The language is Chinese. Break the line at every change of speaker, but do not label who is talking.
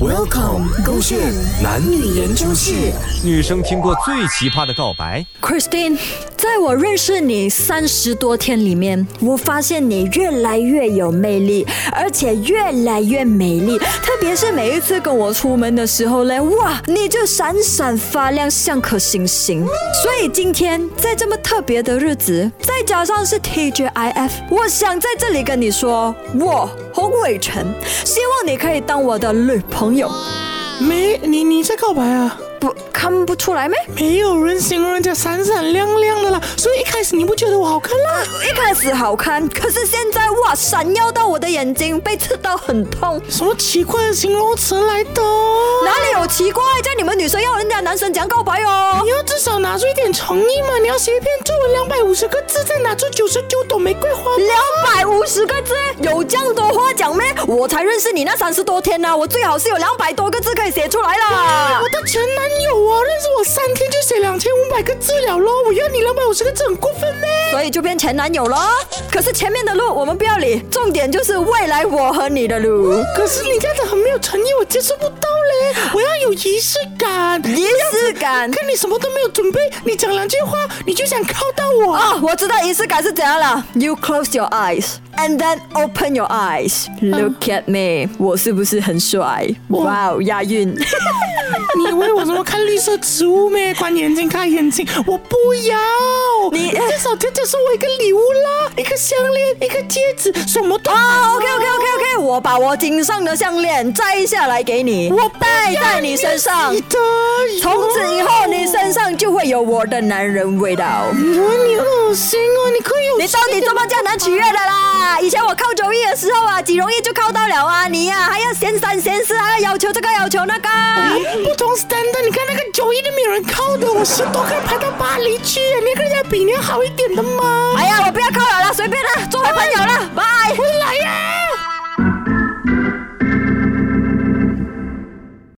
Welcome，勾线男女研究室。
女生听过最奇葩的告白，
Christine，在我认识你三十多天里面，我发现你越来越有魅力，而且越来越美丽。特别是每一次跟我出门的时候嘞，哇，你就闪闪发亮，像颗星星。所以今天在这么特别的日子，再加上是 TGIF，我想在这里跟你说，我洪伟成，希望你可以当我的女朋友。
没，你你在告白啊？
不，看不出来没？
没有人形容人家闪闪亮亮的啦，所以一开始你不觉得我好看啦？
呃一开始好看，可是现在哇，闪耀到我的眼睛，被刺到很痛。
什么奇怪的形容词来的？
哪里有奇怪？叫你们女生要人家男生讲告白哦
你。要至少拿出一点诚意嘛！你要写一篇作文两百五十个字，再拿出九十九朵玫瑰花。
两百五十个字，有这样多话讲咩？我才认识你那三十多天啊呢、我最好是有两百多个字可以写出来啦
我。的前男友啊，认识我三天就写两千五百个字了咯，我要你两百五十个字很过分咩？
所以就变前男友了。可是前面的路我们不要理，重点就是未来我和你的路。
可是你这样子很没有诚意，我接受不到嘞！我要有仪式感，
仪式感
看你什么都没有准备，你讲两句话你就想靠到我
啊、我知道仪式感是怎样了。You close your eyes and then open your eyes. Look at me，、我是不是很帅？哇哦，押韵。
你以为我怎么看绿色植物咩？关眼睛看眼睛，我不要。
你呃
至少天天送我一个礼物啦，一个项链，一个戒指，什么都
啊、o k OK OK OK，我把我颈上的项链摘下来给你，
我
戴在你身上
你。的。
从此以后，你身上就会有我的男人味道。
你为你恶心哦，你可以有
你到底怎么这难取悦的啦？以前我靠九一的时候啊，几容易就靠到了啊，你呀、还要嫌三嫌四，还要要求这个要求那个。
不同 standard，你看那个九一都没有人靠的，我十多个人排到巴黎去，你跟人家比，你要好一点的吗？
哎哎呀，我不要靠了啦，随便啦，做回朋友啦，拜。